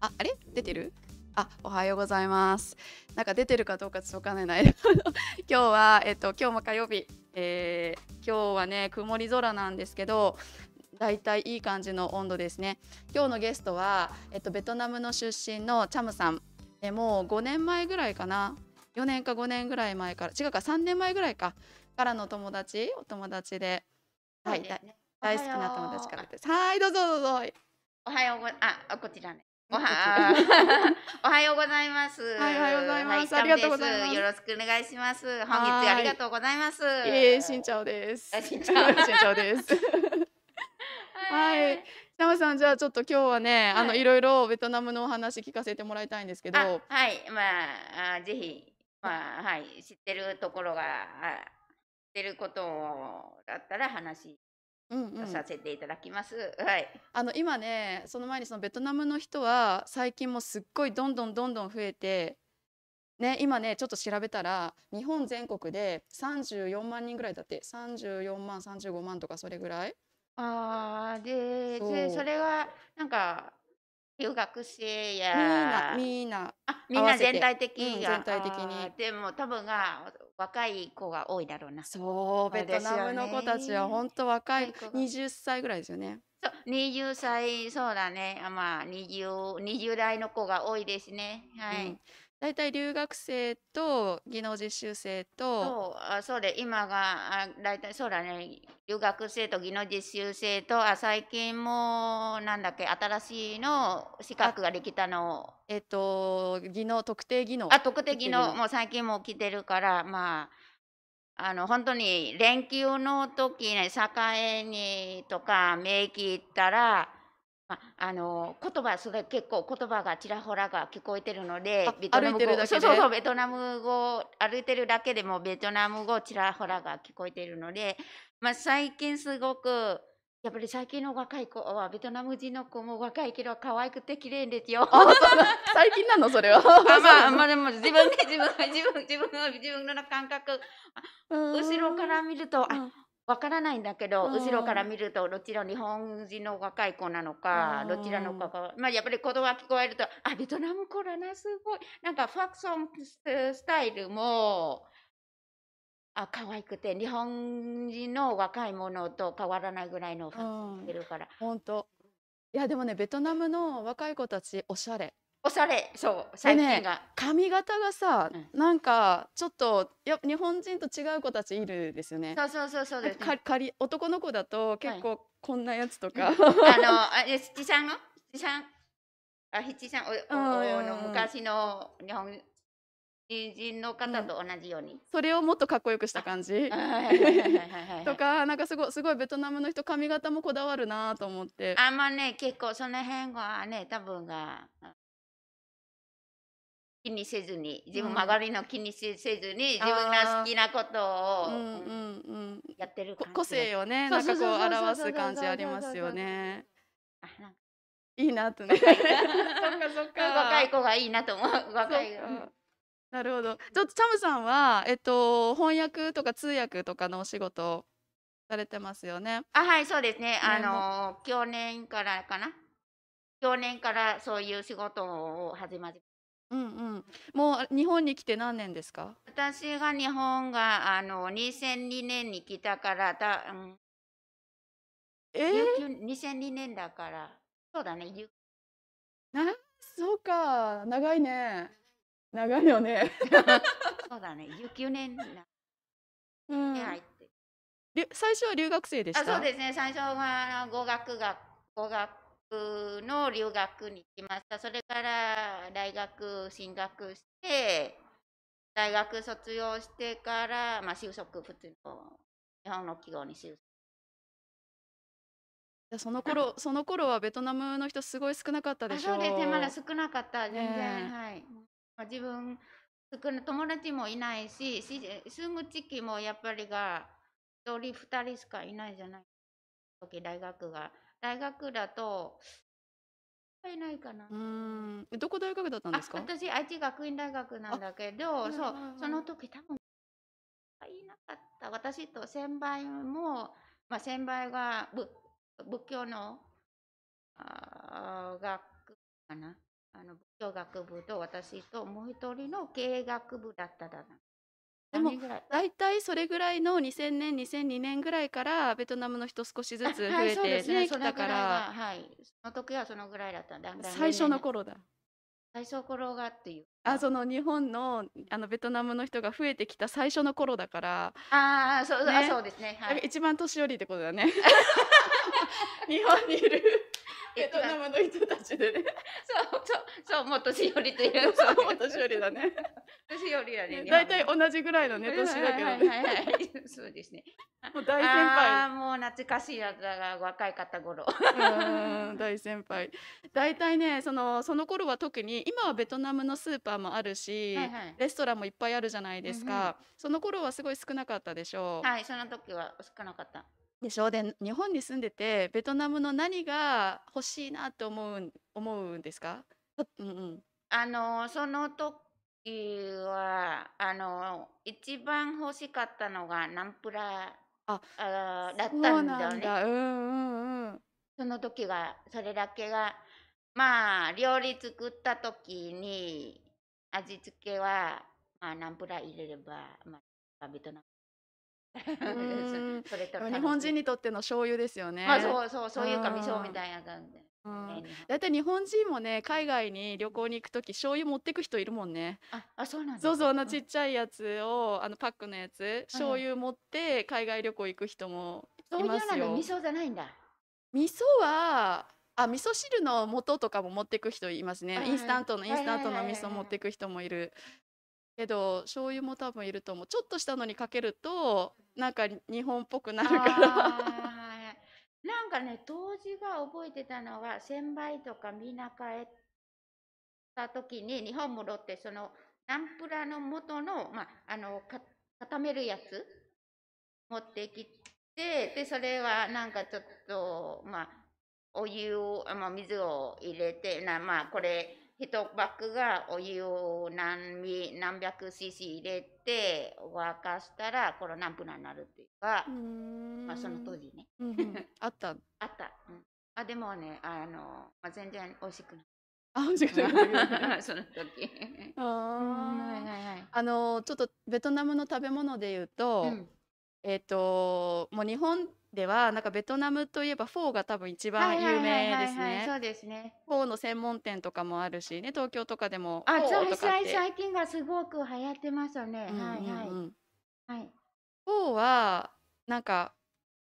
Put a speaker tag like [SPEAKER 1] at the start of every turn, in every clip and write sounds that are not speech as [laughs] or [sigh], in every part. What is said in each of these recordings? [SPEAKER 1] あ、あれ出てるあ、おはようございます。なんか出てるかどうかちょっとわかんないな。 [laughs] 今日は、えっと、今日も火曜日。えー今日はね、曇り空なんですけど、だいたいいい感じの温度ですね。今日のゲストは、えっと、ベトナムの出身のチャムさん。えもう5年前ぐらいかな。4年か5年ぐらい前から、違うか3年前ぐらいか。からの友達、お友達で。はい、
[SPEAKER 2] そうです
[SPEAKER 1] 大
[SPEAKER 2] ね
[SPEAKER 1] 大好きな友達からです。はい、どうぞどうぞ。はい
[SPEAKER 2] おはようごあこちらね。おは
[SPEAKER 1] こち
[SPEAKER 2] [laughs] おはようございます。
[SPEAKER 1] はいおはようございます
[SPEAKER 2] は
[SPEAKER 1] ありがとうございます
[SPEAKER 2] キャンですよろしくお願いします。本日
[SPEAKER 1] はーい
[SPEAKER 2] ありがとうございます。
[SPEAKER 1] えー、しんちゃおです。
[SPEAKER 2] あしんちゃお
[SPEAKER 1] [laughs] しんちゃおです。はい。ナムさんじゃあちょっと今日はね、あの
[SPEAKER 2] はい
[SPEAKER 1] いろいろベトナムのお話聞かせてもらいたいんですけど、
[SPEAKER 2] あはいまああぜひまあはい知ってるところがあ知ってることだったら話
[SPEAKER 1] うんうん
[SPEAKER 2] させていただきます。はい。
[SPEAKER 1] あの今ね、その前にそのベトナムの人は最近もうすっごいどんどんどんどん増えて、ね今ねちょっと調べたら日本全国で34万人ぐらいだって、34万35万とかそれぐらい。
[SPEAKER 2] ああで
[SPEAKER 1] そう
[SPEAKER 2] でそれはなんか留学生
[SPEAKER 1] みん
[SPEAKER 2] や
[SPEAKER 1] なみんな
[SPEAKER 2] あみん
[SPEAKER 1] 合
[SPEAKER 2] な
[SPEAKER 1] わせて
[SPEAKER 2] 全体的
[SPEAKER 1] うん
[SPEAKER 2] が
[SPEAKER 1] 全体的に
[SPEAKER 2] あーでも多分が若い子が多いだろうなそ
[SPEAKER 1] そう
[SPEAKER 2] そ
[SPEAKER 1] ベ
[SPEAKER 2] う
[SPEAKER 1] ト
[SPEAKER 2] ですよね
[SPEAKER 1] ナムの子たちは本当若い
[SPEAKER 2] 若い子が
[SPEAKER 1] 20歳ぐらいですよね。
[SPEAKER 2] う20歳そうだねあまあ 20, 20代の子が多いですねはい、
[SPEAKER 1] うん大体留学生と技能実習生と
[SPEAKER 2] そうあそうで今があ大体そうだね留学生と技能実習生とあ最近もなんだっけ新しいの資格ができたのを
[SPEAKER 1] えっ、と技能特定技能
[SPEAKER 2] あ特的
[SPEAKER 1] 特定技
[SPEAKER 2] の
[SPEAKER 1] 能
[SPEAKER 2] もう最近も来てるからまああの本当に連休の時ね栄にとか名義行ったら、まあ、あの言葉それ結構言葉がちらほらが聞こえてるので
[SPEAKER 1] あ
[SPEAKER 2] ベトナム
[SPEAKER 1] 歩いてる
[SPEAKER 2] 語
[SPEAKER 1] だけで
[SPEAKER 2] そうそうそうベトナム語歩いてるだけでもベトナム語ちらほらが聞こえてるので、まあ、最近すごくやっぱり最近の若い子はベトナム人の子も若いけど可愛くて綺麗ですよ。
[SPEAKER 1] あそうな [laughs] 最近なのそれは
[SPEAKER 2] あ
[SPEAKER 1] [laughs]
[SPEAKER 2] まあまあでも自分で自分が自分自分の自分の感覚後ろから見ると
[SPEAKER 1] う
[SPEAKER 2] あ
[SPEAKER 1] ん
[SPEAKER 2] わからないんだけど
[SPEAKER 1] うん
[SPEAKER 2] 後ろから見るとどちら日本人の若い子なのか
[SPEAKER 1] うん
[SPEAKER 2] どちらの子かまあやっぱり言葉聞こえるとあベトナム子だなすごいなんかファクションススタイルもあ可愛くて日本人の若いものと変わらないぐらいのファクションしてるから
[SPEAKER 1] 本当いやでもねベトナムの若い子たちおしゃれ
[SPEAKER 2] おしゃれそう最近が
[SPEAKER 1] 髪型がさ、
[SPEAKER 2] うん
[SPEAKER 1] なんかちょっとや日本人と違う子たちいるですよね
[SPEAKER 2] そうそうそうそうですね
[SPEAKER 1] かかり男の子だと結構こんなやつとか、
[SPEAKER 2] あの、あ、え七三の七三。あ、七三、お、お、
[SPEAKER 1] うん
[SPEAKER 2] お
[SPEAKER 1] うんうん
[SPEAKER 2] の昔の日本人の方と同じように。
[SPEAKER 1] それをもっとかっこよくした感じ
[SPEAKER 2] はいはいはいはいはいは
[SPEAKER 1] と
[SPEAKER 2] い
[SPEAKER 1] かなんかすごいすごいベトナムの人髪型もこだわるなと思って
[SPEAKER 2] あんまね、結構その辺はね、多分が。気にせずに、自
[SPEAKER 1] う
[SPEAKER 2] 分
[SPEAKER 1] ん
[SPEAKER 2] 曲がりの気にせせずに、自分
[SPEAKER 1] あー
[SPEAKER 2] が好きなこと
[SPEAKER 1] うんうん
[SPEAKER 2] を
[SPEAKER 1] うん
[SPEAKER 2] やってる
[SPEAKER 1] こ
[SPEAKER 2] 感じが。
[SPEAKER 1] 個性をねな
[SPEAKER 2] そうんそ
[SPEAKER 1] か
[SPEAKER 2] う
[SPEAKER 1] こ
[SPEAKER 2] そうそ
[SPEAKER 1] う
[SPEAKER 2] うそう
[SPEAKER 1] 表
[SPEAKER 2] そう
[SPEAKER 1] す感じ
[SPEAKER 2] そう
[SPEAKER 1] ありますよね
[SPEAKER 2] あなんか
[SPEAKER 1] いいなとね
[SPEAKER 2] [laughs]
[SPEAKER 1] そっかそっか
[SPEAKER 2] 若い子がいいなと思う。若い
[SPEAKER 1] そ
[SPEAKER 2] 子
[SPEAKER 1] っ。かなるほどちょっとチャムさんはえっと翻訳とか通訳とかのお仕事されてますよね
[SPEAKER 2] あはいそうですねあ
[SPEAKER 1] ね
[SPEAKER 2] の去年からかな去年からそういう仕事を始まり
[SPEAKER 1] うんうんもうあ日本に来て何年ですか
[SPEAKER 2] 私が日本があの2002年に来たからた、うん、
[SPEAKER 1] えー、
[SPEAKER 2] 19 2002年だからそう [laughs] だねゆ
[SPEAKER 1] そうか長いね長いよね
[SPEAKER 2] そうだね19年になっ
[SPEAKER 1] うん
[SPEAKER 2] て入って、
[SPEAKER 1] りゅ最初は留学生でし
[SPEAKER 2] あ
[SPEAKER 1] た
[SPEAKER 2] そうですね最初はあの語学学語学の留学に来ましたそれから大学進学して大学卒業してから、まあ、就職普通の日本の企業に就職
[SPEAKER 1] じゃあその頃その頃はベトナムの人すごい少なかったで
[SPEAKER 2] あ
[SPEAKER 1] しょ
[SPEAKER 2] そうですねまだ少なかった全然、
[SPEAKER 1] ねえ
[SPEAKER 2] はい、まあ、自分少な友達もいないしし住む地域もやっぱりが一人二人しかいないじゃない時大学が大学だといっぱいいないかな、
[SPEAKER 1] うーんえどこ大学だったん
[SPEAKER 2] あ
[SPEAKER 1] ですか
[SPEAKER 2] 私愛知学院大学なんだけど
[SPEAKER 1] あ
[SPEAKER 2] そ
[SPEAKER 1] は
[SPEAKER 2] う
[SPEAKER 1] いはいはい
[SPEAKER 2] その時多分いなかった私と先輩も、まあ、先輩が仏仏教のあー学かなああの仏教学部と私ともう一人の経営学部だっただな。
[SPEAKER 1] でも
[SPEAKER 2] 何人ぐらい
[SPEAKER 1] 大体それぐらいの2000年2002年ぐらいからベトナムの人少しずつ増え
[SPEAKER 2] あはいそうで
[SPEAKER 1] て
[SPEAKER 2] す
[SPEAKER 1] ね、
[SPEAKER 2] ね
[SPEAKER 1] き
[SPEAKER 2] そ
[SPEAKER 1] たか
[SPEAKER 2] のぐらい
[SPEAKER 1] ら
[SPEAKER 2] がはいその時はそのぐらいだっただんだん
[SPEAKER 1] 最初の
[SPEAKER 2] 頃
[SPEAKER 1] 頃だ。
[SPEAKER 2] 最初の頃がっていう
[SPEAKER 1] あその日本のあのベトナムの人が増えてきた最初の頃だから、
[SPEAKER 2] ああそう,、あ
[SPEAKER 1] ね
[SPEAKER 2] そうですねは
[SPEAKER 1] だから
[SPEAKER 2] い
[SPEAKER 1] 一番年寄りってこと
[SPEAKER 2] [laughs]
[SPEAKER 1] だね。日本にいるベトナムの人たちでね。
[SPEAKER 2] そうそうそうもう年寄りとい
[SPEAKER 1] [laughs]
[SPEAKER 2] う
[SPEAKER 1] そうもう年寄りだ
[SPEAKER 2] [laughs]
[SPEAKER 1] ね。
[SPEAKER 2] 年寄りだね
[SPEAKER 1] 大体同じぐらいのね
[SPEAKER 2] 日本
[SPEAKER 1] 年だけどね、
[SPEAKER 2] はいはいはいはいはいそうですね
[SPEAKER 1] もう [laughs] 大先輩
[SPEAKER 2] ああーもう懐かしいやつだが若い方頃
[SPEAKER 1] うん大先輩大体ねそのその頃は特に今はベトナムのスーパーもあるし、
[SPEAKER 2] はいはい
[SPEAKER 1] レストランもいっぱいあるじゃないです
[SPEAKER 2] うんう
[SPEAKER 1] か、その頃はすごい少なかったでしょう、
[SPEAKER 2] はいその時は少なかった
[SPEAKER 1] でしょで日本に住んでてベトナムの何が欲しいなって思うん思うんですかうんうん
[SPEAKER 2] あのその時はあの一番欲しかったのがナンプラ
[SPEAKER 1] あ
[SPEAKER 2] あーだっ
[SPEAKER 1] そ
[SPEAKER 2] た
[SPEAKER 1] うん
[SPEAKER 2] だよ
[SPEAKER 1] なん
[SPEAKER 2] ね
[SPEAKER 1] だうんうんうん
[SPEAKER 2] その時がそれだけがまあ料理作った時に味付けは、まあ、ナンプラー入れれば、まあ、ベトナム
[SPEAKER 1] ーん
[SPEAKER 2] それと
[SPEAKER 1] でも
[SPEAKER 2] 楽しい
[SPEAKER 1] 日本人にとっての醤油ですよね、
[SPEAKER 2] まあそうそうそういうか
[SPEAKER 1] うん
[SPEAKER 2] 味噌みたいな感じだよね
[SPEAKER 1] うん
[SPEAKER 2] 日本
[SPEAKER 1] だいたい日本人もね海外に旅行に行く時醤油持ってく人いるもんね
[SPEAKER 2] ああそうなんだ
[SPEAKER 1] そうそうあのちっちゃいやつをあのパックのやつ醤油持って海外旅行行く人も
[SPEAKER 2] そういう
[SPEAKER 1] ますよ
[SPEAKER 2] の味噌じゃないんだ
[SPEAKER 1] 味噌はあ味噌汁の素とかも持ってく人いますね
[SPEAKER 2] はい
[SPEAKER 1] インスタントの
[SPEAKER 2] はい
[SPEAKER 1] インスタントの
[SPEAKER 2] はいはい
[SPEAKER 1] 味
[SPEAKER 2] はい
[SPEAKER 1] 噌持ってく人もいるけど醤油も多分いると思うちょっとしたのにかけるとなんか日本っぽくなるから
[SPEAKER 2] あーなんかね当時が覚えてたのは先輩とかみんな帰った時に日本戻ってそのナンプラの元の,、まあ、あのか固めるやつ持ってきてでそれはなんかちょっとまあお湯を、あまあ、水を入れてなまあこれ一バッグがお湯を何ミ何百 cc 入れて沸かしたらこのナンプラーになるっていうか。
[SPEAKER 1] うーん
[SPEAKER 2] まあ、その当時ね。
[SPEAKER 1] うんうんあった
[SPEAKER 2] あった。うん、あでもね、あの、まあ、全然美味し
[SPEAKER 1] [laughs]
[SPEAKER 2] くな
[SPEAKER 1] あ
[SPEAKER 2] [laughs]
[SPEAKER 1] 美味しくなかった
[SPEAKER 2] い。 [laughs] その時。
[SPEAKER 1] あ
[SPEAKER 2] うんはい
[SPEAKER 1] ー
[SPEAKER 2] はいはい。
[SPEAKER 1] あのちょっとベトナムの食べ物で言うと、
[SPEAKER 2] うん
[SPEAKER 1] えっ、ともう日本ではなんかベトナムといえばフォーが多分一番有名です
[SPEAKER 2] はいはいはいはい
[SPEAKER 1] ね。
[SPEAKER 2] そうですね。
[SPEAKER 1] フォーの専門店とかもあるしね東京とかでもフ
[SPEAKER 2] あ、
[SPEAKER 1] ォー
[SPEAKER 2] 最
[SPEAKER 1] とかっ
[SPEAKER 2] 最
[SPEAKER 1] て。
[SPEAKER 2] 最近がすごく流行ってますよね。
[SPEAKER 1] うん
[SPEAKER 2] はいは
[SPEAKER 1] うんう
[SPEAKER 2] い
[SPEAKER 1] ん
[SPEAKER 2] はい。
[SPEAKER 1] フォーはなんか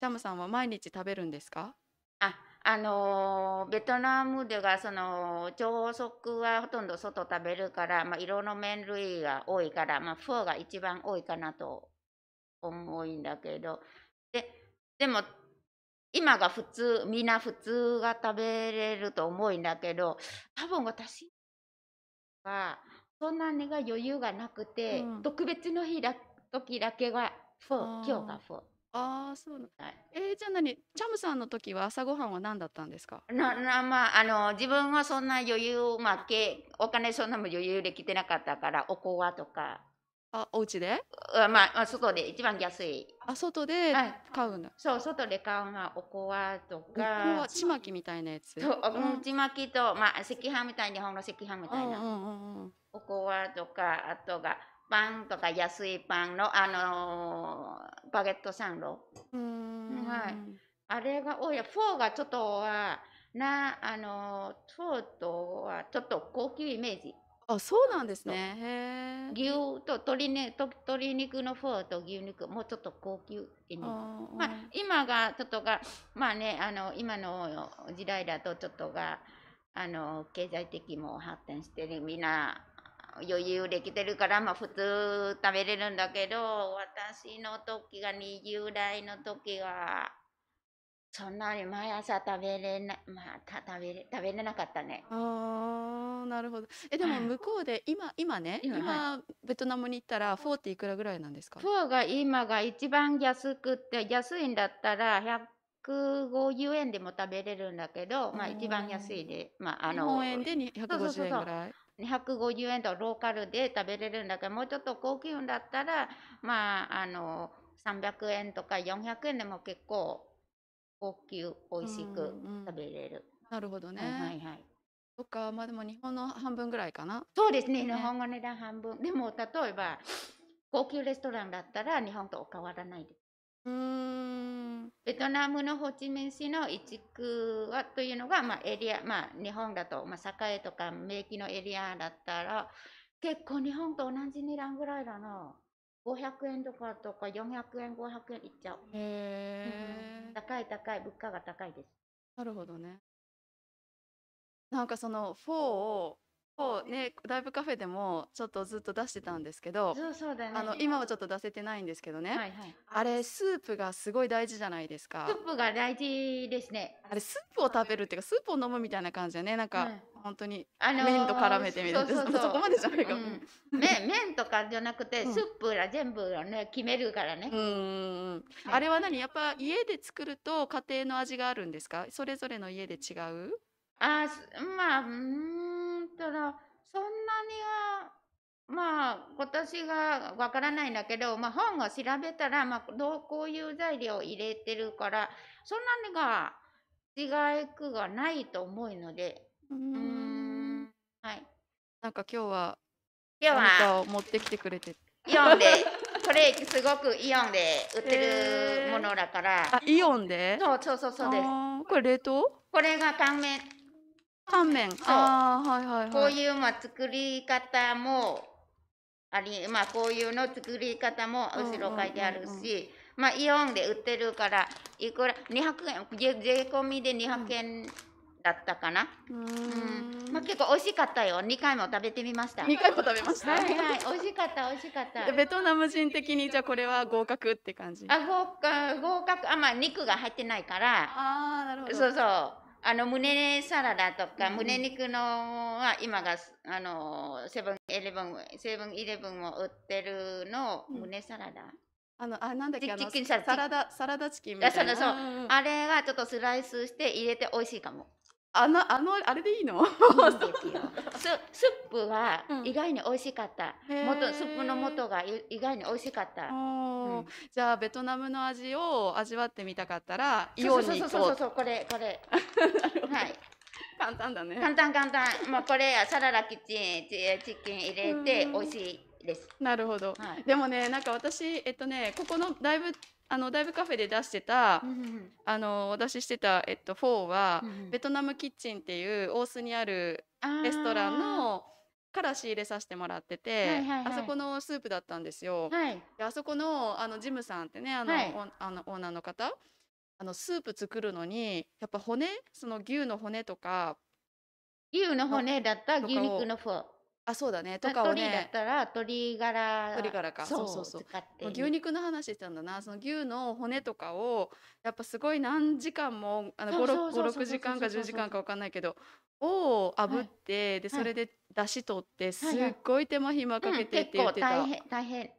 [SPEAKER 1] タムさんは毎日食べるんですか？
[SPEAKER 2] あ、あのーベトナムではその朝食はほとんど外食べるから、まあ、色の麺類が多いから、まあ、フォーが一番多いかなと思うんだけどででも今が普通みんな普通が食べれると思うんだけど多分私はそんなにが余裕がなくて、
[SPEAKER 1] うん
[SPEAKER 2] 特別の日だ時だけはフォ
[SPEAKER 1] あー
[SPEAKER 2] ー今日がフォー。
[SPEAKER 1] ああそうな。
[SPEAKER 2] はい
[SPEAKER 1] えー、じゃあ何チャムさんの時は朝ごはんは何だったんですか？
[SPEAKER 2] ななまあ、あの自分はそんな余裕、まあ、けお金そんなも余裕できてなかったからおこわとか、
[SPEAKER 1] あお家で？
[SPEAKER 2] あまあまあ、外で一番安い
[SPEAKER 1] あ外で
[SPEAKER 2] はい
[SPEAKER 1] 買うんだ。
[SPEAKER 2] そう外で買うのはおこわと
[SPEAKER 1] ここは
[SPEAKER 2] か
[SPEAKER 1] ちまきみたいなやつ。
[SPEAKER 2] そう
[SPEAKER 1] うん
[SPEAKER 2] うんちまきと、まあ、赤飯みたい日本の赤飯み
[SPEAKER 1] う
[SPEAKER 2] たい
[SPEAKER 1] ん
[SPEAKER 2] な、
[SPEAKER 1] うんうんうん。
[SPEAKER 2] おこわとかあとがパンとか安いパンの、あのーバゲットサンド
[SPEAKER 1] うーん
[SPEAKER 2] はいあれが多いフォーがちょっとはなあのーフォーとはちょっと高級イメージ。
[SPEAKER 1] あそうなんです
[SPEAKER 2] そう
[SPEAKER 1] ね。へえ。
[SPEAKER 2] 牛と鶏,、ね、と鶏肉のフォーと牛肉もうちょっと高級イメージ
[SPEAKER 1] あー
[SPEAKER 2] まあ、今がちょっとがまあねあの今の時代だとちょっとがあの経済的も発展してるみんな余裕できてるから、まあ、普通食べれるんだけど私の時が20代の時はそんなに毎朝食べれな、まあ、た食べれ食べれなかったね。
[SPEAKER 1] あーなるほど。えでも
[SPEAKER 2] はい
[SPEAKER 1] 向こうで今今ね
[SPEAKER 2] 今
[SPEAKER 1] 今ベトナムに行ったらフォーっていくらぐらいなんですか？
[SPEAKER 2] フォーが今が一番安くて安いんだったら150円でも食べれるんだけど、まあ、
[SPEAKER 1] うん
[SPEAKER 2] 一番安いで、まあ、あ
[SPEAKER 1] 日
[SPEAKER 2] の
[SPEAKER 1] 本円でに
[SPEAKER 2] そうそ
[SPEAKER 1] 150
[SPEAKER 2] うそう
[SPEAKER 1] 円ぐらい。
[SPEAKER 2] 250円とローカルで食べれるんだけどもうちょっと高級だったら、まあ、あの300円とか400円でも結構高級美味し
[SPEAKER 1] う
[SPEAKER 2] く
[SPEAKER 1] んうん
[SPEAKER 2] 食べれる。
[SPEAKER 1] なるほどね。
[SPEAKER 2] はいはいはい
[SPEAKER 1] そっか、まあでも日本の半分ぐらいかな。
[SPEAKER 2] そうですね、日
[SPEAKER 1] ね
[SPEAKER 2] 本の値段半分。でも、例えば、高級レストランだったら、日本と変わらないです。
[SPEAKER 1] うーん。
[SPEAKER 2] ベトナムのホーチミン市の一区はというのが、まあ、エリア、まあ、日本だと、まあ、栄とか名機のエリアだったら、結構日本と同じ値段ぐらいだな。500円とかとか400円、500円いっちゃう。
[SPEAKER 1] へ
[SPEAKER 2] うん
[SPEAKER 1] え。
[SPEAKER 2] 高い高い、物価が高いです。
[SPEAKER 1] なるほどね。なんかそのフォーを、フォーね、ライブカフェでもちょっとずっと出してたんですけど、
[SPEAKER 2] そうそうだね。
[SPEAKER 1] あの今はちょっと出せてないんですけどね。
[SPEAKER 2] はいはい。
[SPEAKER 1] あれスープがすごい大事じゃないですか
[SPEAKER 2] スー。プが大事ですね。
[SPEAKER 1] あれスープを食べるっていうかスープを飲むみたいな感じでね、なんか
[SPEAKER 2] うん
[SPEAKER 1] 本当に
[SPEAKER 2] あのー
[SPEAKER 1] 麺と絡めてみたいな。
[SPEAKER 2] そうそうそう
[SPEAKER 1] [laughs] そこまでじゃないか
[SPEAKER 2] う
[SPEAKER 1] も。
[SPEAKER 2] ん麺麺とかじゃなくて、
[SPEAKER 1] うん
[SPEAKER 2] スープら全部をね決めるからね、
[SPEAKER 1] うんうんうん、あれは何やっぱ家で作ると家庭の味があるんですかそれぞれの家で違う
[SPEAKER 2] あーすまあうーんとなそんなにはまあ私がわからないんだけど、まあ、本を調べたら、まあ、どうこういう材料を入れてるからそんなにが違いくがないと思うので
[SPEAKER 1] うー
[SPEAKER 2] うー
[SPEAKER 1] ん
[SPEAKER 2] んはい
[SPEAKER 1] なんか今日は
[SPEAKER 2] では
[SPEAKER 1] 何かを持ってきてくれて
[SPEAKER 2] イオンでこれすごくイオンで売ってるものだから、
[SPEAKER 1] あイオンで
[SPEAKER 2] そうそうそうそうです
[SPEAKER 1] あーこれ冷凍
[SPEAKER 2] これが乾麺
[SPEAKER 1] 乾麺ああはいはい
[SPEAKER 2] こ
[SPEAKER 1] は
[SPEAKER 2] う
[SPEAKER 1] い
[SPEAKER 2] いうまあ作り方もあり、まあ、こういうの作り方も後ろ書いてある
[SPEAKER 1] うんうんうん
[SPEAKER 2] し、まあ、イオンで売ってるからいくら200円税税込みで200円だったかな、
[SPEAKER 1] うー
[SPEAKER 2] うん
[SPEAKER 1] ん
[SPEAKER 2] まあ、結構美味しかったよ2回も食べてみました
[SPEAKER 1] 2回も食べました、
[SPEAKER 2] はいはい美味しかった美味しかった
[SPEAKER 1] でベトナム人的にじゃあこれは合格って感じ
[SPEAKER 2] あ合格合格あまあ肉が入ってないから
[SPEAKER 1] あーなるほど
[SPEAKER 2] そうそう。あの胸サラダとか、
[SPEAKER 1] うんうん
[SPEAKER 2] 胸肉のは今があのセブンイレブンセブンイレブンを売ってるの、
[SPEAKER 1] うん
[SPEAKER 2] 胸サラダ。
[SPEAKER 1] あのあなんだっけあ
[SPEAKER 2] チ
[SPEAKER 1] の
[SPEAKER 2] キンサラダ
[SPEAKER 1] サラダサラダチキンみたいな
[SPEAKER 2] あそうだ
[SPEAKER 1] んん
[SPEAKER 2] あれはちょっとスライスして入れて美味しいかも。
[SPEAKER 1] あのあのあれでいいの [laughs]
[SPEAKER 2] いいんですよ。ス [laughs] スープは
[SPEAKER 1] うん
[SPEAKER 2] 意外に美味しかった。
[SPEAKER 1] へー
[SPEAKER 2] 元スープの素がい意外に美味しかった。
[SPEAKER 1] おー
[SPEAKER 2] うん
[SPEAKER 1] じゃあベトナムの味を味わってみたかったらイ
[SPEAKER 2] そ
[SPEAKER 1] オン
[SPEAKER 2] う
[SPEAKER 1] に行
[SPEAKER 2] そうそう
[SPEAKER 1] こ
[SPEAKER 2] そう
[SPEAKER 1] う
[SPEAKER 2] そうこれこれ。 [laughs] はい。
[SPEAKER 1] 簡単だ
[SPEAKER 2] [laughs]
[SPEAKER 1] ね
[SPEAKER 2] 簡単簡単。もうこれサラダキッチンチチキン入れて
[SPEAKER 1] うん
[SPEAKER 2] 美味しいです。
[SPEAKER 1] なるほど
[SPEAKER 2] はい。
[SPEAKER 1] でもねなんか私えっとねここのだいぶあのだいぶカフェで出してた、
[SPEAKER 2] うん
[SPEAKER 1] あの私してたえっと4は、
[SPEAKER 2] うん
[SPEAKER 1] ベトナムキッチンっていう大須にあるレ
[SPEAKER 2] レ
[SPEAKER 1] ストランのから仕入れさせてもらってて、
[SPEAKER 2] はいはいはい
[SPEAKER 1] あそこのスープだったんですよ。
[SPEAKER 2] はい
[SPEAKER 1] であそこのあのジムさんってねあの、
[SPEAKER 2] はい
[SPEAKER 1] おあのオーナーの方あのスープ作るのにやっぱ骨その牛の骨とか
[SPEAKER 2] 牛の骨だったら
[SPEAKER 1] と
[SPEAKER 2] 牛
[SPEAKER 1] かを
[SPEAKER 2] 肉のフォー
[SPEAKER 1] あそうだねと
[SPEAKER 2] 鳥
[SPEAKER 1] かを
[SPEAKER 2] だっ
[SPEAKER 1] ね
[SPEAKER 2] たら鶏ガラ
[SPEAKER 1] 鶏ガラか
[SPEAKER 2] そ
[SPEAKER 1] そうう
[SPEAKER 2] そ
[SPEAKER 1] そうう
[SPEAKER 2] そ
[SPEAKER 1] そうう
[SPEAKER 2] 使って
[SPEAKER 1] もう牛肉の話してたんだなその牛の骨とかをやっぱすごい何時間もあの
[SPEAKER 2] そうそうそうそうそう
[SPEAKER 1] 56時間か
[SPEAKER 2] そうそうそう
[SPEAKER 1] 10時間か分かんないけどを炙
[SPEAKER 2] はい
[SPEAKER 1] って、で
[SPEAKER 2] はい
[SPEAKER 1] それで出汁取ってすっ
[SPEAKER 2] はい
[SPEAKER 1] ごい手間暇か
[SPEAKER 2] う
[SPEAKER 1] けて
[SPEAKER 2] ん
[SPEAKER 1] って
[SPEAKER 2] 結
[SPEAKER 1] 言
[SPEAKER 2] 構
[SPEAKER 1] ってた、
[SPEAKER 2] 大変大変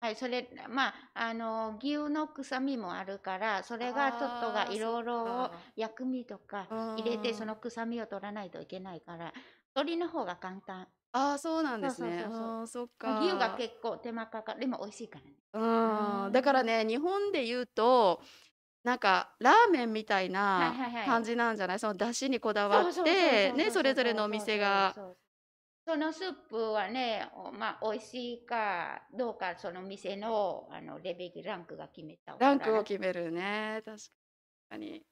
[SPEAKER 2] はいそれまああの牛の臭みもあるからそれがちょっと
[SPEAKER 1] あ
[SPEAKER 2] が
[SPEAKER 1] ー
[SPEAKER 2] いろい
[SPEAKER 1] そっ
[SPEAKER 2] ろ
[SPEAKER 1] か
[SPEAKER 2] 薬味とか入れてその臭みを取らないといけないから鶏の方が簡単
[SPEAKER 1] ああそうなんですね
[SPEAKER 2] そうそうそうそう
[SPEAKER 1] あーそっか
[SPEAKER 2] 牛が結構手間かかるでも美味しいからね
[SPEAKER 1] う
[SPEAKER 2] うん
[SPEAKER 1] ん、だからね日本で言うとなんかラーメンみたい
[SPEAKER 2] はい
[SPEAKER 1] な
[SPEAKER 2] はいはい
[SPEAKER 1] 感じなんじゃないその出汁にこだわってねそれぞれのお店が。
[SPEAKER 2] そのスープはね、おまあ、美味しいかどうか、その店のあのレベルランクが決めた方が
[SPEAKER 1] ランクを決めるね確かに。ち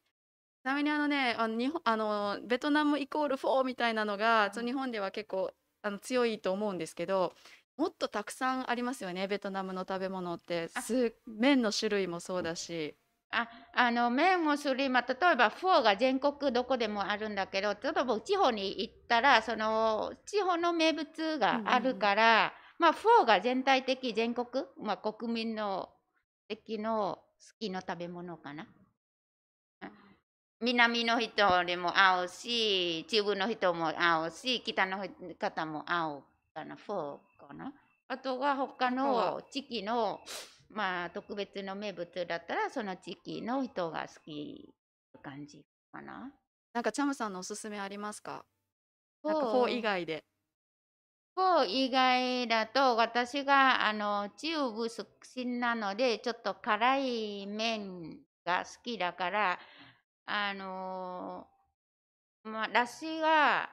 [SPEAKER 1] なみにあのねあの日本あのベトナムイコールフォーみたいなのがそう日本では結構あの強いと思うんですけどもっとたくさんありますよねベトナムの食べ物って
[SPEAKER 2] あ
[SPEAKER 1] す麺の種類もそうだし。
[SPEAKER 2] ああの麺をする、まあ、例えばフォーが全国どこでもあるんだけど、ちょっと地方に行ったら、その地方の名物があるから、まあ、フォーが全体的、全国、まあ、国民の的の好きな食べ物かな。南の人にも合うし、中部の人も合うし、北の方も合うかな、フォーかな。あとは
[SPEAKER 1] 他
[SPEAKER 2] 他の地域の、まあ、特別の名物だったら、その地域の人が好きって感じかな。
[SPEAKER 1] なんかチャムさんのおすすめありますかなんかフォー以外で。
[SPEAKER 2] フォー以外だと、私があの中部出身なので、ちょっと辛い麺が好きだから、あのまあ、だしは、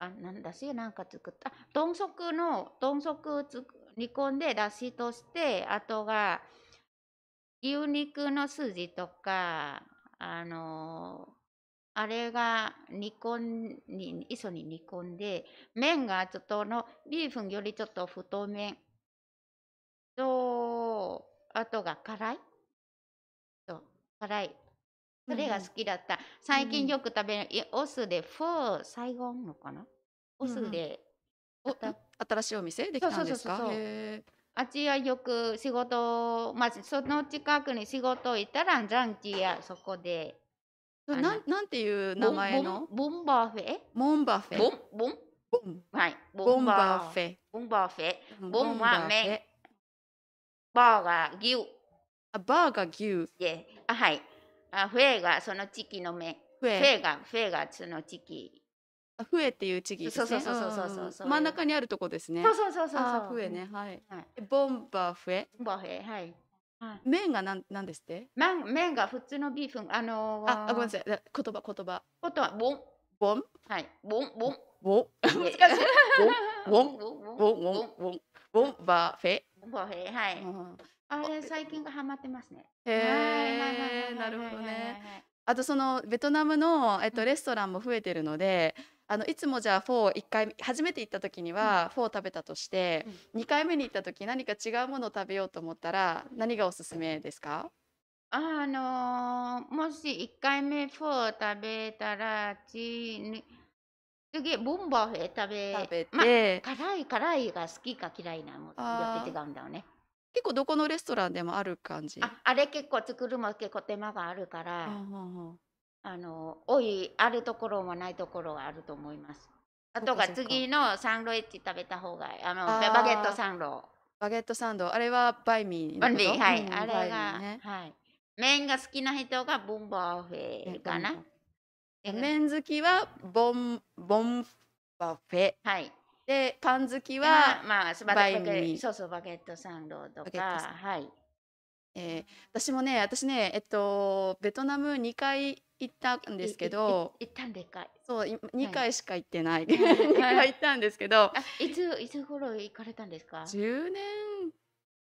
[SPEAKER 2] あ、なんだしなんか作った。あ豚足の、豚足つく煮込んで、だしとして、あとが、牛肉の筋とか、あのーあれが煮込んに、一緒に煮込んで、麺がちょっとの、ビーフンよりちょっと太麺と、あとが辛いそう、辛い。それが好きだった。最近よく食べる、いオスでフォー、サイゴンのかなオ
[SPEAKER 1] うんう
[SPEAKER 2] ス
[SPEAKER 1] ん
[SPEAKER 2] で、
[SPEAKER 1] お新しいお店できたんですか
[SPEAKER 2] そうそうそうそう
[SPEAKER 1] へ
[SPEAKER 2] あっちはよく仕事、まあ、その近くに仕事行ったら、ジャンキーや、そこで。
[SPEAKER 1] ー
[SPEAKER 2] あの
[SPEAKER 1] なんなんていう名前の
[SPEAKER 2] ボンボンボンバーフェ
[SPEAKER 1] モンバフェ
[SPEAKER 2] ボン、ボン
[SPEAKER 1] ボン
[SPEAKER 2] はい。
[SPEAKER 1] ボンバフ
[SPEAKER 2] ェ。
[SPEAKER 1] ェ
[SPEAKER 2] ボンバーフェ。
[SPEAKER 1] うん
[SPEAKER 2] ボンは
[SPEAKER 1] ボフェ
[SPEAKER 2] 麺バーが牛。
[SPEAKER 1] あバーが牛
[SPEAKER 2] で、あ、はい。あフェがその地域の麺。
[SPEAKER 1] フ
[SPEAKER 2] フ
[SPEAKER 1] ェ
[SPEAKER 2] ェが、フェがその地域。
[SPEAKER 1] あフェっていう地域ですね
[SPEAKER 2] そうそうそうそうそうそうん
[SPEAKER 1] んん
[SPEAKER 2] それ
[SPEAKER 1] 真ん中にあるとこですね
[SPEAKER 2] そうそうそうそう。
[SPEAKER 1] あーフェ。ねはい
[SPEAKER 2] はい
[SPEAKER 1] えボンバフェ
[SPEAKER 2] ボンバーフェ、はい。はい
[SPEAKER 1] 麺がなんなんですって
[SPEAKER 2] 麺麺が普通のビーフン、あのー、
[SPEAKER 1] ああごめんなさいだ言葉言葉
[SPEAKER 2] ことはボン、
[SPEAKER 1] ボン
[SPEAKER 2] はい、ボン、
[SPEAKER 1] [laughs]
[SPEAKER 2] ボン。
[SPEAKER 1] ボン
[SPEAKER 2] 難しい。
[SPEAKER 1] ボン
[SPEAKER 2] ボン、ボ
[SPEAKER 1] ボン
[SPEAKER 2] ン、
[SPEAKER 1] ボンボンボンバフェ
[SPEAKER 2] ボンバーフェ、は
[SPEAKER 1] う
[SPEAKER 2] い。
[SPEAKER 1] ん
[SPEAKER 2] あれ、最近がハマってますね。
[SPEAKER 1] へ
[SPEAKER 2] はいはいはいはい
[SPEAKER 1] えなるほどね。あとそのベトナムの、えっと、レストランも増えてるのであのいつもじゃあフォー1回初めて行った時にはフォー食べたとして、2回目に行った時何か違うものを食べようと思ったら何がおすすめですか
[SPEAKER 2] あのー、もし一回目フォー食べたら、ちに次、ボンバーフェ食べ、
[SPEAKER 1] 食べて、
[SPEAKER 2] まあ
[SPEAKER 1] 結
[SPEAKER 2] 辛い辛いが好きか嫌いなも
[SPEAKER 1] あー
[SPEAKER 2] よって違うんだよね。
[SPEAKER 1] 構どこのレストランでもある感じ。
[SPEAKER 2] ああれ結構作るも結構手間があるか
[SPEAKER 1] う
[SPEAKER 2] ら、
[SPEAKER 1] んうんうん
[SPEAKER 2] あの多いあるところもないところがあると思います。あとが
[SPEAKER 1] そうかそうか
[SPEAKER 2] 次のサンドイッチ食べた方があの
[SPEAKER 1] あー
[SPEAKER 2] バゲットサンド
[SPEAKER 1] バゲットサンドあれはバイミー
[SPEAKER 2] バン
[SPEAKER 1] のこ
[SPEAKER 2] ビ
[SPEAKER 1] と
[SPEAKER 2] ーはい、
[SPEAKER 1] うん
[SPEAKER 2] あれ
[SPEAKER 1] バイミ
[SPEAKER 2] が、
[SPEAKER 1] ーね
[SPEAKER 2] はい麺が好きな人がボンバーフェかな
[SPEAKER 1] ね。で麺好きはボンボンバフェ
[SPEAKER 2] はい。
[SPEAKER 1] でパン好きは
[SPEAKER 2] はまあすば
[SPEAKER 1] バ
[SPEAKER 2] ら
[SPEAKER 1] イ
[SPEAKER 2] し
[SPEAKER 1] ミー
[SPEAKER 2] いそうそうバゲットサンドと
[SPEAKER 1] バゲットサ
[SPEAKER 2] かはい。
[SPEAKER 1] えー私もね私ねえっとベトナム2回行ったんですけど
[SPEAKER 2] いいい一旦でかい。
[SPEAKER 1] そうい2
[SPEAKER 2] は
[SPEAKER 1] 回しか行ってない
[SPEAKER 2] はい
[SPEAKER 1] 2回行ったんですけど
[SPEAKER 2] あいついつ頃行かれたんで
[SPEAKER 1] [laughs]
[SPEAKER 2] すか。
[SPEAKER 1] 10年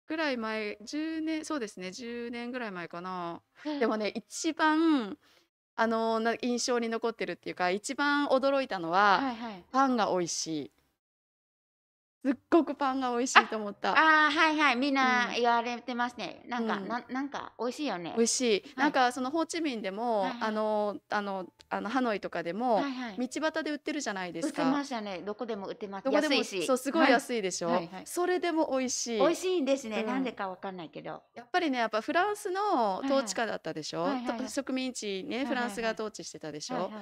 [SPEAKER 1] ぐらい前10年そうですね10年ぐらい前かなでもね一番あのな印象に残ってるっていうか一番驚いたのは、
[SPEAKER 2] はいはい。
[SPEAKER 1] パンが美味しいすっごくパンが美味しいと思った
[SPEAKER 2] ああはいはいみんな
[SPEAKER 1] うん
[SPEAKER 2] 言われてますね。なんか、
[SPEAKER 1] うん
[SPEAKER 2] なんなんか美味しいよね。
[SPEAKER 1] 美味しい、
[SPEAKER 2] はい
[SPEAKER 1] なんかそのホーチミンでも、
[SPEAKER 2] はいはい
[SPEAKER 1] あのあのあのハノイとかでも、
[SPEAKER 2] はいはい。
[SPEAKER 1] 道端で売ってるじゃないで
[SPEAKER 2] 売
[SPEAKER 1] す
[SPEAKER 2] ってま
[SPEAKER 1] か。
[SPEAKER 2] したね。どこでも売ってます。
[SPEAKER 1] どこでも
[SPEAKER 2] 安いし。
[SPEAKER 1] そうすごい
[SPEAKER 2] は
[SPEAKER 1] 安いでしょ、
[SPEAKER 2] はいはい
[SPEAKER 1] それでも美味しい
[SPEAKER 2] 美味しいんですね。
[SPEAKER 1] うん
[SPEAKER 2] なんでかわかんないけど。
[SPEAKER 1] やっぱりねやっぱフランスの
[SPEAKER 2] いはい
[SPEAKER 1] 統治下だったでしょ、
[SPEAKER 2] はいはいはい
[SPEAKER 1] 植民地ね、
[SPEAKER 2] いはい
[SPEAKER 1] フランスが統治してたでしょ、
[SPEAKER 2] はいはい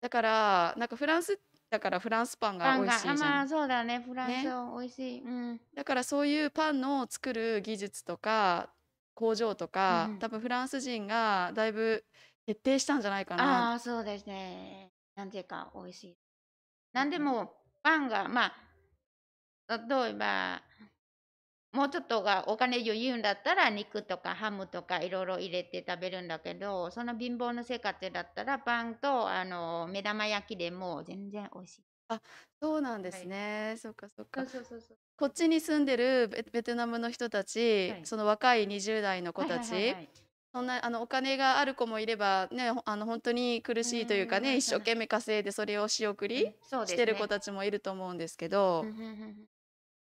[SPEAKER 1] だからなんかフランスだからフランスパンが
[SPEAKER 2] パン
[SPEAKER 1] 美
[SPEAKER 2] が
[SPEAKER 1] 味しいじ
[SPEAKER 2] あま
[SPEAKER 1] ゃ
[SPEAKER 2] あ
[SPEAKER 1] ん
[SPEAKER 2] そうだね。フランス
[SPEAKER 1] ね
[SPEAKER 2] は美味しい。うん。
[SPEAKER 1] だからそういうパンの作る技術とか工場とか、
[SPEAKER 2] うん
[SPEAKER 1] 多分フランス人がだいぶ徹底したんじゃないか
[SPEAKER 2] あ
[SPEAKER 1] な
[SPEAKER 2] あーそうですね。なんでか美味しい。なんでもパンがまあ例えばもうちょっとがお金余裕だったら肉とかハムとかいろいろ入れて食べるんだけどその貧乏の生活だったらパンとあの目玉焼きでも全然美味しい。
[SPEAKER 1] そうなんですね、そっかそっか
[SPEAKER 2] そうそうそう。
[SPEAKER 1] こっちに住んでるベベトナムの人たち、
[SPEAKER 2] はい
[SPEAKER 1] その若い20代の子たち、
[SPEAKER 2] はいはいはいはい
[SPEAKER 1] そんなあのお金がある子もいれば、ね、ほあの本当に苦しいというか
[SPEAKER 2] うんうんうんう
[SPEAKER 1] ね
[SPEAKER 2] ん
[SPEAKER 1] 一生懸命稼いでそれを仕送り
[SPEAKER 2] そうです
[SPEAKER 1] し
[SPEAKER 2] ね
[SPEAKER 1] てる子たちもいると思うんですけど
[SPEAKER 2] うんうんうん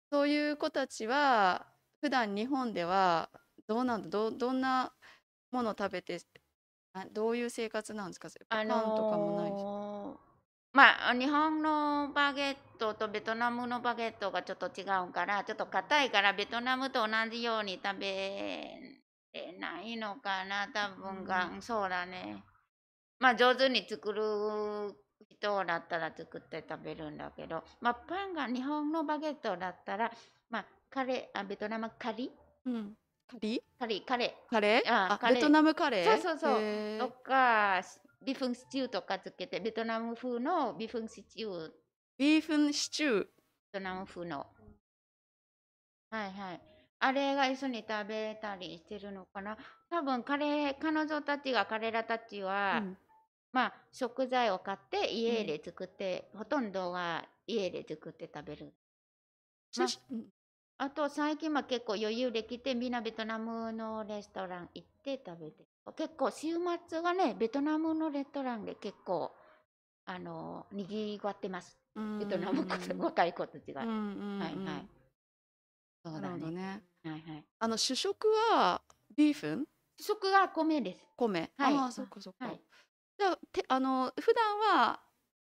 [SPEAKER 1] そういう子たちは普段日本ではどうなんだどうどんなもの食べてあどういう生活なんですかパ
[SPEAKER 2] あ
[SPEAKER 1] ン
[SPEAKER 2] の
[SPEAKER 1] と
[SPEAKER 2] ー
[SPEAKER 1] かもないし、
[SPEAKER 2] まあ日本のバゲットとベトナムのバゲットがちょっと違うからちょっと硬いからベトナムと同じように食べれないのかな多分が、
[SPEAKER 1] う
[SPEAKER 2] そうだねまあ上手に作る人だったら作って食べるんだけど、まあ、パンが日本のバゲットだったら、まあ、カレーあベトナムカリ
[SPEAKER 1] うん、カリ
[SPEAKER 2] カリカレ
[SPEAKER 1] カレー
[SPEAKER 2] あ
[SPEAKER 1] あ
[SPEAKER 2] カレー
[SPEAKER 1] ベトナムカレー
[SPEAKER 2] そうそうそう
[SPEAKER 1] へー
[SPEAKER 2] ーとかビーフンシチューとかつけてベトナム風のビーフンシチュー
[SPEAKER 1] ビーフンシチュー
[SPEAKER 2] ベトナム風の。はいはい。あれが一緒に食べたりしてるのかな。多分彼、彼女たちが、彼らたちは、
[SPEAKER 1] うん
[SPEAKER 2] まあ食材を買って家で作って、ほとんどは家で作って食べるまあ
[SPEAKER 1] しうん
[SPEAKER 2] あと最近は結構余裕できてみんなベトナムのレストラン行って食べて結構週末はねベトナムのレストランで結構あのにぎわってますベトナムの子
[SPEAKER 1] うん
[SPEAKER 2] 若い子たちが、
[SPEAKER 1] うんうん
[SPEAKER 2] はい
[SPEAKER 1] うん
[SPEAKER 2] はいそ
[SPEAKER 1] な
[SPEAKER 2] う
[SPEAKER 1] る
[SPEAKER 2] だ
[SPEAKER 1] ほ
[SPEAKER 2] ね
[SPEAKER 1] どね。
[SPEAKER 2] はいはい
[SPEAKER 1] あの主食はビーフン
[SPEAKER 2] 食が米です
[SPEAKER 1] 米。
[SPEAKER 2] はい
[SPEAKER 1] ああそうかそうか。
[SPEAKER 2] はい
[SPEAKER 1] じゃあてあの普段は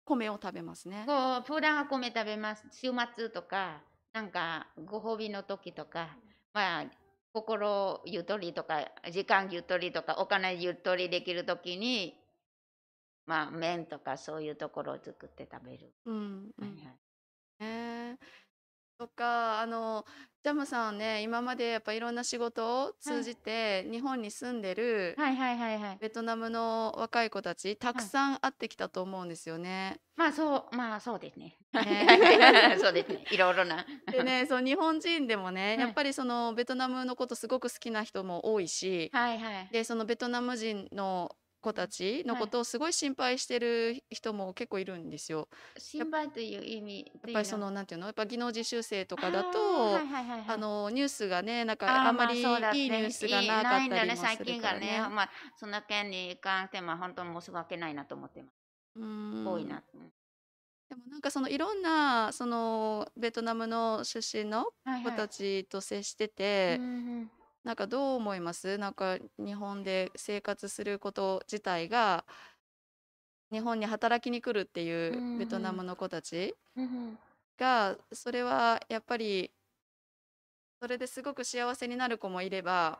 [SPEAKER 1] 米を食べますね。
[SPEAKER 2] こう普段は米食べます週末とかなんかご褒美の時とかまあ心ゆとりとか時間ゆとりとかお金ゆとりできる時にまあ麺とかそういうところを作って食べる、
[SPEAKER 1] うんう
[SPEAKER 2] はい
[SPEAKER 1] ん。ねとかあのジャムさんね今までやっぱいろんな仕事を通じて日本に住んでる
[SPEAKER 2] はい、はいはいはいはい
[SPEAKER 1] ベトナムの若い子たちたくさん会ってきたと思うんですよ
[SPEAKER 2] [laughs]
[SPEAKER 1] ね。
[SPEAKER 2] まあそうまあそうで
[SPEAKER 1] [laughs]
[SPEAKER 2] すね
[SPEAKER 1] ね
[SPEAKER 2] そうです [laughs] ねいろいろな
[SPEAKER 1] でねそう日本人でもね
[SPEAKER 2] い
[SPEAKER 1] やっぱりそのベトナムのことすごく好きな人も多いし、
[SPEAKER 2] はいはい
[SPEAKER 1] でそのベトナム人の子たちの
[SPEAKER 2] はい
[SPEAKER 1] ことをすごい心配してる人も結構いるんですよ。
[SPEAKER 2] 心配という意味
[SPEAKER 1] やっぱりそのなんていうのやっぱ技能実習生とかだと
[SPEAKER 2] あーはいはいはいはい
[SPEAKER 1] あのニュースがねなん
[SPEAKER 2] あ
[SPEAKER 1] か
[SPEAKER 2] ー
[SPEAKER 1] あんまりいいニ
[SPEAKER 2] そうだね
[SPEAKER 1] ュースがなか
[SPEAKER 2] い
[SPEAKER 1] った
[SPEAKER 2] いないん
[SPEAKER 1] り
[SPEAKER 2] だ
[SPEAKER 1] も
[SPEAKER 2] ね
[SPEAKER 1] す
[SPEAKER 2] 最
[SPEAKER 1] る
[SPEAKER 2] 近
[SPEAKER 1] か
[SPEAKER 2] が
[SPEAKER 1] ら
[SPEAKER 2] ね
[SPEAKER 1] ね。
[SPEAKER 2] まあその件に関しては本当申し訳ないなと思ってます、
[SPEAKER 1] うん
[SPEAKER 2] 多いなうん
[SPEAKER 1] でもなんかそのいろんなそのベトナムの出身の
[SPEAKER 2] はい
[SPEAKER 1] 子
[SPEAKER 2] はい
[SPEAKER 1] たちと接して
[SPEAKER 2] うん
[SPEAKER 1] て、
[SPEAKER 2] うん
[SPEAKER 1] なんかどう思いますなんか日本で生活すること自体が日本に働きに来るっていうベトナムの子たち
[SPEAKER 2] うんうん
[SPEAKER 1] がそれはやっぱりそれですごく幸せになる子もいれば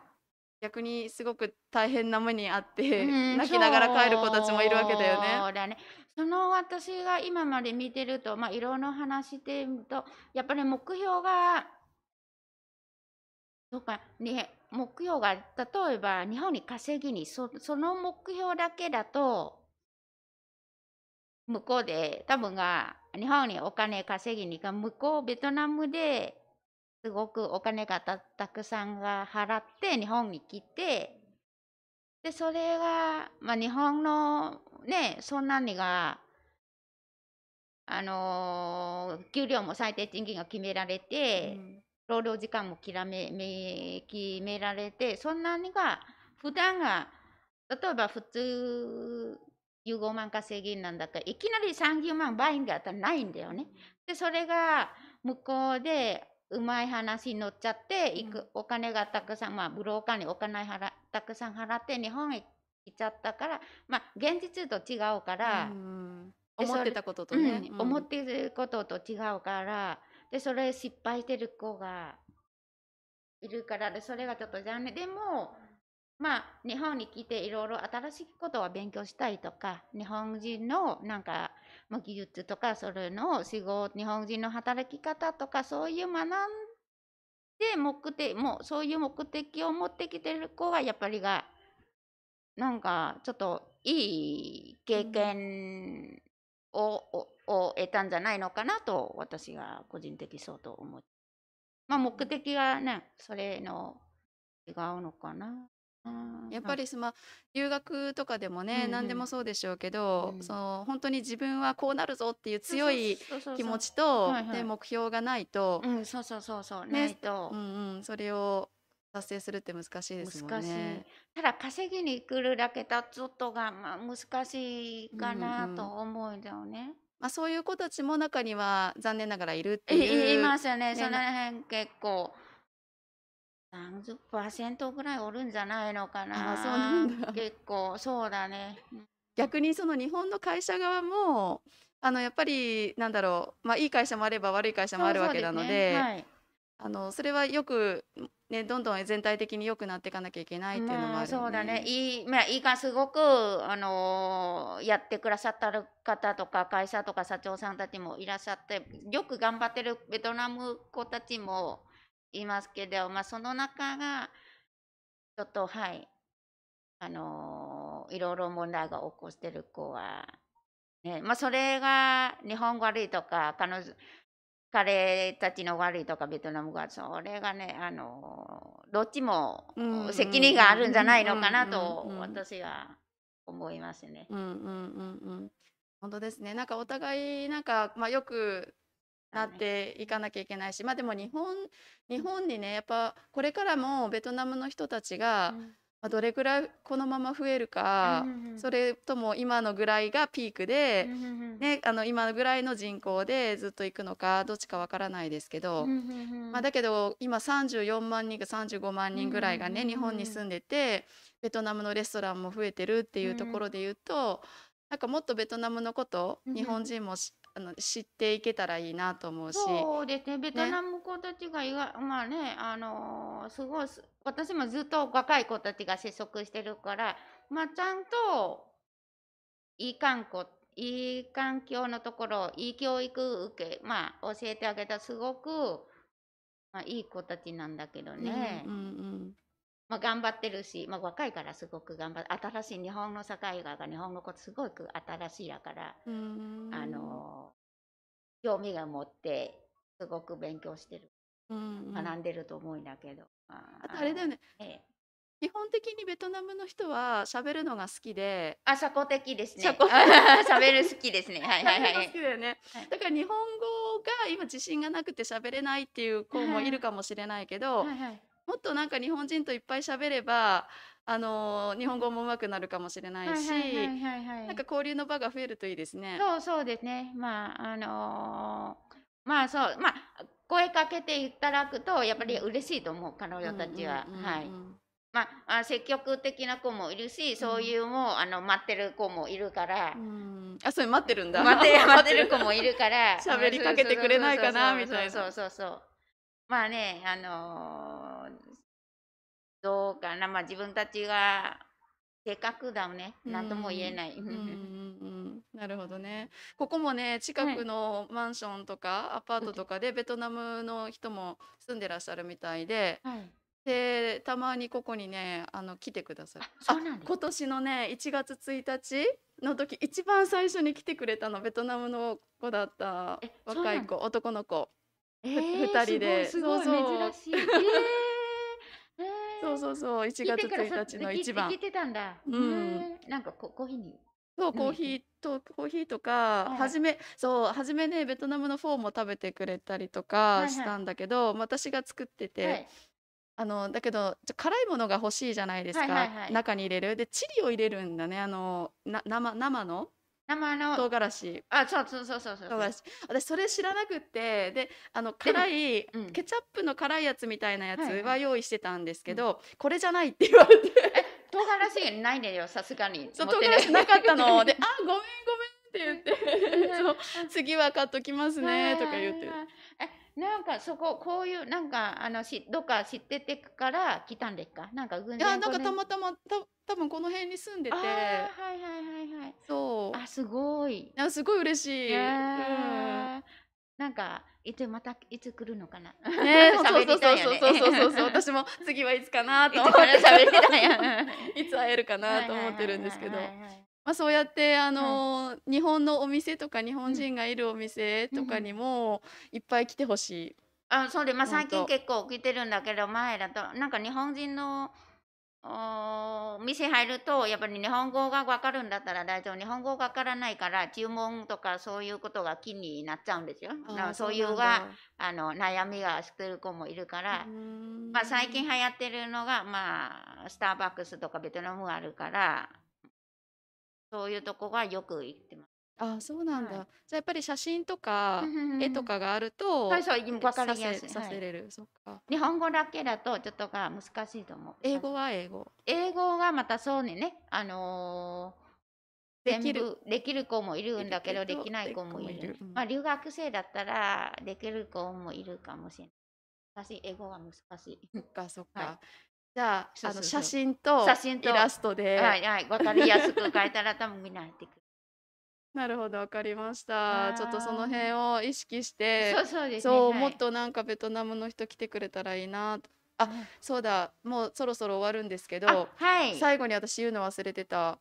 [SPEAKER 1] 逆にすごく大変な目にあって
[SPEAKER 2] うん
[SPEAKER 1] 泣きながら帰る子たちもいるわけだよね。
[SPEAKER 2] そうだねその私が今まで見てると、まあ、いろんな話で言うとやっぱり目標がそうかね目標が例えば日本に稼ぎにそその目標だけだと向こうで多分が日本にお金稼ぎに行か向こうベトナムですごくお金がたたくさんが払って日本に来てでそれが、まあ、日本のねそんなにがあのー給料も最低賃金が決められて、労働時間もきらめめ決められてそんなにが普段が例えば普通15万稼ぎなんだからいきなり30万倍がないんだよね。でそれが向こうでうまい話に乗っちゃっていく、
[SPEAKER 1] うん
[SPEAKER 2] お金がたくさんまあブローカーにお金払たくさん払って日本へ行っちゃったからまあ現実と違うから。
[SPEAKER 1] うん
[SPEAKER 2] で
[SPEAKER 1] 思っ
[SPEAKER 2] そ
[SPEAKER 1] て
[SPEAKER 2] れ
[SPEAKER 1] たこととね。
[SPEAKER 2] う
[SPEAKER 1] うん
[SPEAKER 2] ん、思ってることと違うからでそれ失敗してる子がいるからでそれがちょっと残念でもまあ日本に来ていろいろ新しいことは勉強したいとか日本人のなんか、まあ、技術とかそれの仕事日本人の働き方とかそういう学んで目的もうそういう目的を持ってきてる子はやっぱりがなんかちょっといい経験を,を、を得たんじゃないのかなと私が個人的そうと思う。まあ目的がねそれの違うのかな。うん
[SPEAKER 1] やっぱりその留学とかでもね、
[SPEAKER 2] うんうん
[SPEAKER 1] 何でもそうでしょうけど、
[SPEAKER 2] うん
[SPEAKER 1] その本当に自分はこうなるぞっていう
[SPEAKER 2] そう
[SPEAKER 1] 強い
[SPEAKER 2] そうそうそう
[SPEAKER 1] 気持ちと
[SPEAKER 2] はいはい
[SPEAKER 1] で目標がないと、
[SPEAKER 2] うんそうそうそうそう、
[SPEAKER 1] ね
[SPEAKER 2] ないと、
[SPEAKER 1] うんうん、それを達成するって難しいですもんね。
[SPEAKER 2] 難しい、ただ稼ぎに来るだけだちょっとが、まあ、難しいか
[SPEAKER 1] うん
[SPEAKER 2] な
[SPEAKER 1] うん
[SPEAKER 2] と思うんだよね。
[SPEAKER 1] まあ、そういう子たちも中には残念ながらいるって
[SPEAKER 2] い
[SPEAKER 1] い。
[SPEAKER 2] いうますよ
[SPEAKER 1] ね
[SPEAKER 2] ね、その辺結構30%ぐらいおるんじゃないのかな
[SPEAKER 1] あそうなんだ [laughs]
[SPEAKER 2] 結構そうだね
[SPEAKER 1] 逆にその日本の会社側もあのやっぱりなんだろう、まあ、いい会社もあれば悪い会社もあるわけなので
[SPEAKER 2] そうそうすねはい
[SPEAKER 1] あのそれはよく、ね、どんどん全体的に良くなっていかなきゃいけないっていうのも
[SPEAKER 2] ま
[SPEAKER 1] あ
[SPEAKER 2] あ
[SPEAKER 1] るよね。
[SPEAKER 2] そうだねいいまあいいかすごくあのーやってくださったる方とか会社とか社長さんたちもいらっしゃってよく頑張ってるベトナム子たちもいますけどまあその中がちょっとはいあのーいろいろ問題が起こしてる子はねまあそれが日本悪いとか彼女彼たちの悪いとかベトナムがそれがねあのどっちも
[SPEAKER 1] うん
[SPEAKER 2] 責任があるんじゃないのかなと
[SPEAKER 1] うんうんうんうん
[SPEAKER 2] 私は思いますね。
[SPEAKER 1] うんうんうんうん。本当ですね。なんかお互いなんかまあよくなっていかなきゃいけないし、まあでも日本日本にねやっぱこれからもベトナムの人たちが、
[SPEAKER 2] う
[SPEAKER 1] ま
[SPEAKER 2] ん
[SPEAKER 1] あ、どれぐらいこのまま増えるか、それとも今のぐらいがピークで、
[SPEAKER 2] うんうんうん
[SPEAKER 1] ねあの今のぐらいの人口でずっと行くのかどっちかわからないですけど。
[SPEAKER 2] うんうんうん
[SPEAKER 1] まあ、だけど今34万人か35万人ぐらいがね、
[SPEAKER 2] うんうんうん
[SPEAKER 1] 日本に住んでてベトナムのレストランも増えてるっていうところで言うと、なんかもっとベトナムのこと
[SPEAKER 2] うんうん
[SPEAKER 1] 日本人もし、あの知っていけたらいいなと思うし。
[SPEAKER 2] そうですね、ベトナム子たちが意外、まあね、あのーすごいす、私もずっと若い子たちが接触してるから、まあ、ちゃんといい環境、いい環境のところ、いい教育受け、まあ、教えてあげた、すごく、まあ、いい子たちなんだけど
[SPEAKER 1] うんうん
[SPEAKER 2] ね、
[SPEAKER 1] うん
[SPEAKER 2] まあ、頑張ってるし、まあ、若いからすごく頑張っ新しい日本の社会が、日本のことすごく新しいやから、
[SPEAKER 1] うん
[SPEAKER 2] あの興味が持ってすごく勉強してる
[SPEAKER 1] うんうん
[SPEAKER 2] 学んでると思うんだけど、
[SPEAKER 1] あとあれだよね
[SPEAKER 2] ね
[SPEAKER 1] 基本的にベトナムの人は喋るのが好きで
[SPEAKER 2] あ社交的ですね
[SPEAKER 1] 社交
[SPEAKER 2] 喋る好
[SPEAKER 1] [laughs]
[SPEAKER 2] きですねはいはいは
[SPEAKER 1] 喋るの
[SPEAKER 2] い
[SPEAKER 1] 好きだよね
[SPEAKER 2] はい
[SPEAKER 1] だから日本語が今自信がなくて喋れないっていう子もいるかもしれないけど、
[SPEAKER 2] はいはい
[SPEAKER 1] もっとなんか日本人といっぱい喋れば、あのー日本語も上手くなるかもしれないし、
[SPEAKER 2] はいはいはいはい
[SPEAKER 1] なんか交流の場が増えるといいですね。
[SPEAKER 2] そうそうですねまああのーまあそうまあ声かけていただくとやっぱり嬉しいと思う彼女たちは、
[SPEAKER 1] うんうんうんうん
[SPEAKER 2] はいまああ積極的な子もいるしそういうもうあの待ってる子もいるから、
[SPEAKER 1] うんあ、それ待ってるんだ。
[SPEAKER 2] 待
[SPEAKER 1] [laughs]
[SPEAKER 2] て待ってる子もいるから
[SPEAKER 1] 喋りかけてくれないかなみたいな
[SPEAKER 2] そうそうそうそうまあねあのーどうかなまあ自分たちが性格だもんね何とも言えない、
[SPEAKER 1] うんうんうんなるほどね。ここもね、近くのマンションとかアパートとかでベトナムの人も住んでらっしゃるみたいで、
[SPEAKER 2] はい
[SPEAKER 1] で、たまにここにね、あの来てくださる
[SPEAKER 2] あ。そうなんです
[SPEAKER 1] 今年のね1月1日の時一番最初に来てくれたのベトナムの子だった
[SPEAKER 2] えそう
[SPEAKER 1] 若
[SPEAKER 2] ないんだ
[SPEAKER 1] 子男の子
[SPEAKER 2] え
[SPEAKER 1] 二人です
[SPEAKER 2] ごいすごい
[SPEAKER 1] そうそう
[SPEAKER 2] 珍しいえーえー
[SPEAKER 1] そうそうそう1
[SPEAKER 2] 聞い
[SPEAKER 1] 月
[SPEAKER 2] てくださ
[SPEAKER 1] 1日の
[SPEAKER 2] 聞い
[SPEAKER 1] 一番
[SPEAKER 2] 聞いてたんだ、
[SPEAKER 1] うん
[SPEAKER 2] えーなんかこコーヒーに
[SPEAKER 1] そう
[SPEAKER 2] うん
[SPEAKER 1] コーヒーとコーヒーとか、
[SPEAKER 2] はい
[SPEAKER 1] 初めそう初めねベトナムのフォーも食べてくれたりと
[SPEAKER 2] い
[SPEAKER 1] か
[SPEAKER 2] はい
[SPEAKER 1] したんだけど、私が作ってて、
[SPEAKER 2] はい
[SPEAKER 1] あのだけどちょ辛いものが欲しいじゃないですか、
[SPEAKER 2] はいはいはい
[SPEAKER 1] 中に入れるでチリを入れるんだねあのな生生の
[SPEAKER 2] 生の
[SPEAKER 1] 唐辛子
[SPEAKER 2] あそうそうそうそうそう
[SPEAKER 1] 唐辛子私それ知らなくってであの辛い、
[SPEAKER 2] うん
[SPEAKER 1] ケチャップの辛いやつみたいなやつ
[SPEAKER 2] はいは
[SPEAKER 1] はい用意してたんですけど、これじゃないって言われて
[SPEAKER 2] 唐辛子ないねよさすがに
[SPEAKER 1] そう
[SPEAKER 2] 持
[SPEAKER 1] 唐
[SPEAKER 2] って
[SPEAKER 1] 辛
[SPEAKER 2] い
[SPEAKER 1] 子なかった
[SPEAKER 2] [laughs]
[SPEAKER 1] ので「あごめんごめん」って言って「 [laughs] そう
[SPEAKER 2] うん
[SPEAKER 1] 次は買っときますね」とか言っ
[SPEAKER 2] はい
[SPEAKER 1] て
[SPEAKER 2] はいはいえなんかそここういうなんかあのしどっか知っててから来たんですかなんか偶然
[SPEAKER 1] いやなん
[SPEAKER 2] こ
[SPEAKER 1] か
[SPEAKER 2] の
[SPEAKER 1] たまたまた多分この辺に住んで
[SPEAKER 2] あ
[SPEAKER 1] て
[SPEAKER 2] ーはいはいはいはい
[SPEAKER 1] そう
[SPEAKER 2] あすごい
[SPEAKER 1] なんかすごい嬉しい。
[SPEAKER 2] へ
[SPEAKER 1] うん
[SPEAKER 2] ーなんかいつまたいつ来るのかな、
[SPEAKER 1] ね
[SPEAKER 2] [laughs]
[SPEAKER 1] そう
[SPEAKER 2] 喋
[SPEAKER 1] そう
[SPEAKER 2] り
[SPEAKER 1] そ
[SPEAKER 2] た
[SPEAKER 1] う
[SPEAKER 2] [laughs] いよね
[SPEAKER 1] そうそうそうそう私も次はいつかないと
[SPEAKER 2] つ
[SPEAKER 1] 思っ
[SPEAKER 2] から
[SPEAKER 1] て
[SPEAKER 2] 喋りたいよ
[SPEAKER 1] [laughs] いつ会えるかなと思ってるんですけど
[SPEAKER 2] はいはいはいはい
[SPEAKER 1] まあ、そうやって、あのー日本のお店とか日本人がいるお店とかにもいっぱい来てほしい。
[SPEAKER 2] あそうでまあ
[SPEAKER 1] ほん
[SPEAKER 2] 最
[SPEAKER 1] と
[SPEAKER 2] 近結構来てるんだけど前だとなんか日本人のおー店入るとやっぱり日本語が分かるんだったら大丈夫日本語が分からないから注文とかそういうことが気になっちゃうんですよ
[SPEAKER 1] あー
[SPEAKER 2] なそういうがあの悩みがしてる子もいるから、まあ、最近流行ってるのが、まあ、スターバックスとかベトナムがあるからそういうとこがよく行ってま
[SPEAKER 1] あーそうなんだ、
[SPEAKER 2] はい
[SPEAKER 1] じゃあやっぱり写真とか
[SPEAKER 2] す。
[SPEAKER 1] 絵とかがあると、
[SPEAKER 2] はいそう分かりやす
[SPEAKER 1] させ
[SPEAKER 2] い
[SPEAKER 1] さ
[SPEAKER 2] はい
[SPEAKER 1] せれる、そっか
[SPEAKER 2] 日本語だけだとちょっとが難しいと思う。
[SPEAKER 1] 英語は英語
[SPEAKER 2] 英語がまたそうにね、あのー
[SPEAKER 1] できる
[SPEAKER 2] 全部できる子もいるんだけど
[SPEAKER 1] で
[SPEAKER 2] で
[SPEAKER 1] きるけど
[SPEAKER 2] きない子もいる
[SPEAKER 1] できる子もいるうん
[SPEAKER 2] まあ留学生だったらできる子もいるかもしれない難しい英語が難しい
[SPEAKER 1] そっかそっか、
[SPEAKER 2] は
[SPEAKER 1] じゃあ
[SPEAKER 2] そう
[SPEAKER 1] あ
[SPEAKER 2] そ
[SPEAKER 1] の
[SPEAKER 2] うそう
[SPEAKER 1] 写真と
[SPEAKER 2] 写真と
[SPEAKER 1] イラストで、
[SPEAKER 2] はいはい分かりやすく書いたら多分みんな入ってくる
[SPEAKER 1] なるほどわかりました
[SPEAKER 2] はーい
[SPEAKER 1] ちょっとその辺を意識して
[SPEAKER 2] そうそうですね
[SPEAKER 1] そう
[SPEAKER 2] はい
[SPEAKER 1] もっとなんかベトナムの人来てくれたらいいなとあそうだもうそろそろ終わるんですけど
[SPEAKER 2] あはい
[SPEAKER 1] 最後に私言うの忘れてた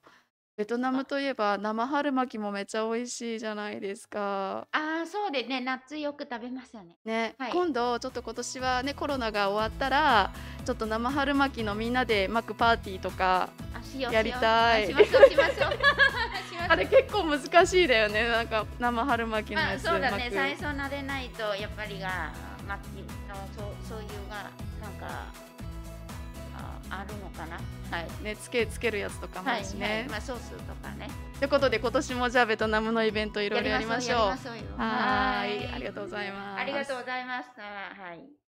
[SPEAKER 1] ベトナム
[SPEAKER 2] あ
[SPEAKER 1] といえば生春巻きもめっちゃ美味しいじゃないですか。
[SPEAKER 2] あーそうですね夏よく食べますよね
[SPEAKER 1] ね、
[SPEAKER 2] はい
[SPEAKER 1] 今度ちょっと今年はねコロナが終わったらちょっと生春巻きのみんなで巻くパーティーとか
[SPEAKER 2] あしよう
[SPEAKER 1] やりたい
[SPEAKER 2] しようあしましょうし
[SPEAKER 1] [laughs]
[SPEAKER 2] ましょうしましょう
[SPEAKER 1] あれ結構難しいだよねなんか生春巻きの
[SPEAKER 2] ま
[SPEAKER 1] や
[SPEAKER 2] あ、
[SPEAKER 1] つ、
[SPEAKER 2] そうだね
[SPEAKER 1] 巻く
[SPEAKER 2] 最初慣れないとやっぱりが巻きのそうそういうがなんかああるのかなはい
[SPEAKER 1] ねつけつけるやつとかもあ
[SPEAKER 2] は
[SPEAKER 1] る
[SPEAKER 2] い
[SPEAKER 1] し
[SPEAKER 2] は
[SPEAKER 1] ね
[SPEAKER 2] い、まあソースとかね
[SPEAKER 1] ということで今年もじゃあベトナムのイベントいろいろやりましょう
[SPEAKER 2] やりましょうよ
[SPEAKER 1] はーいありがとうございます
[SPEAKER 2] ありがとうございましたはい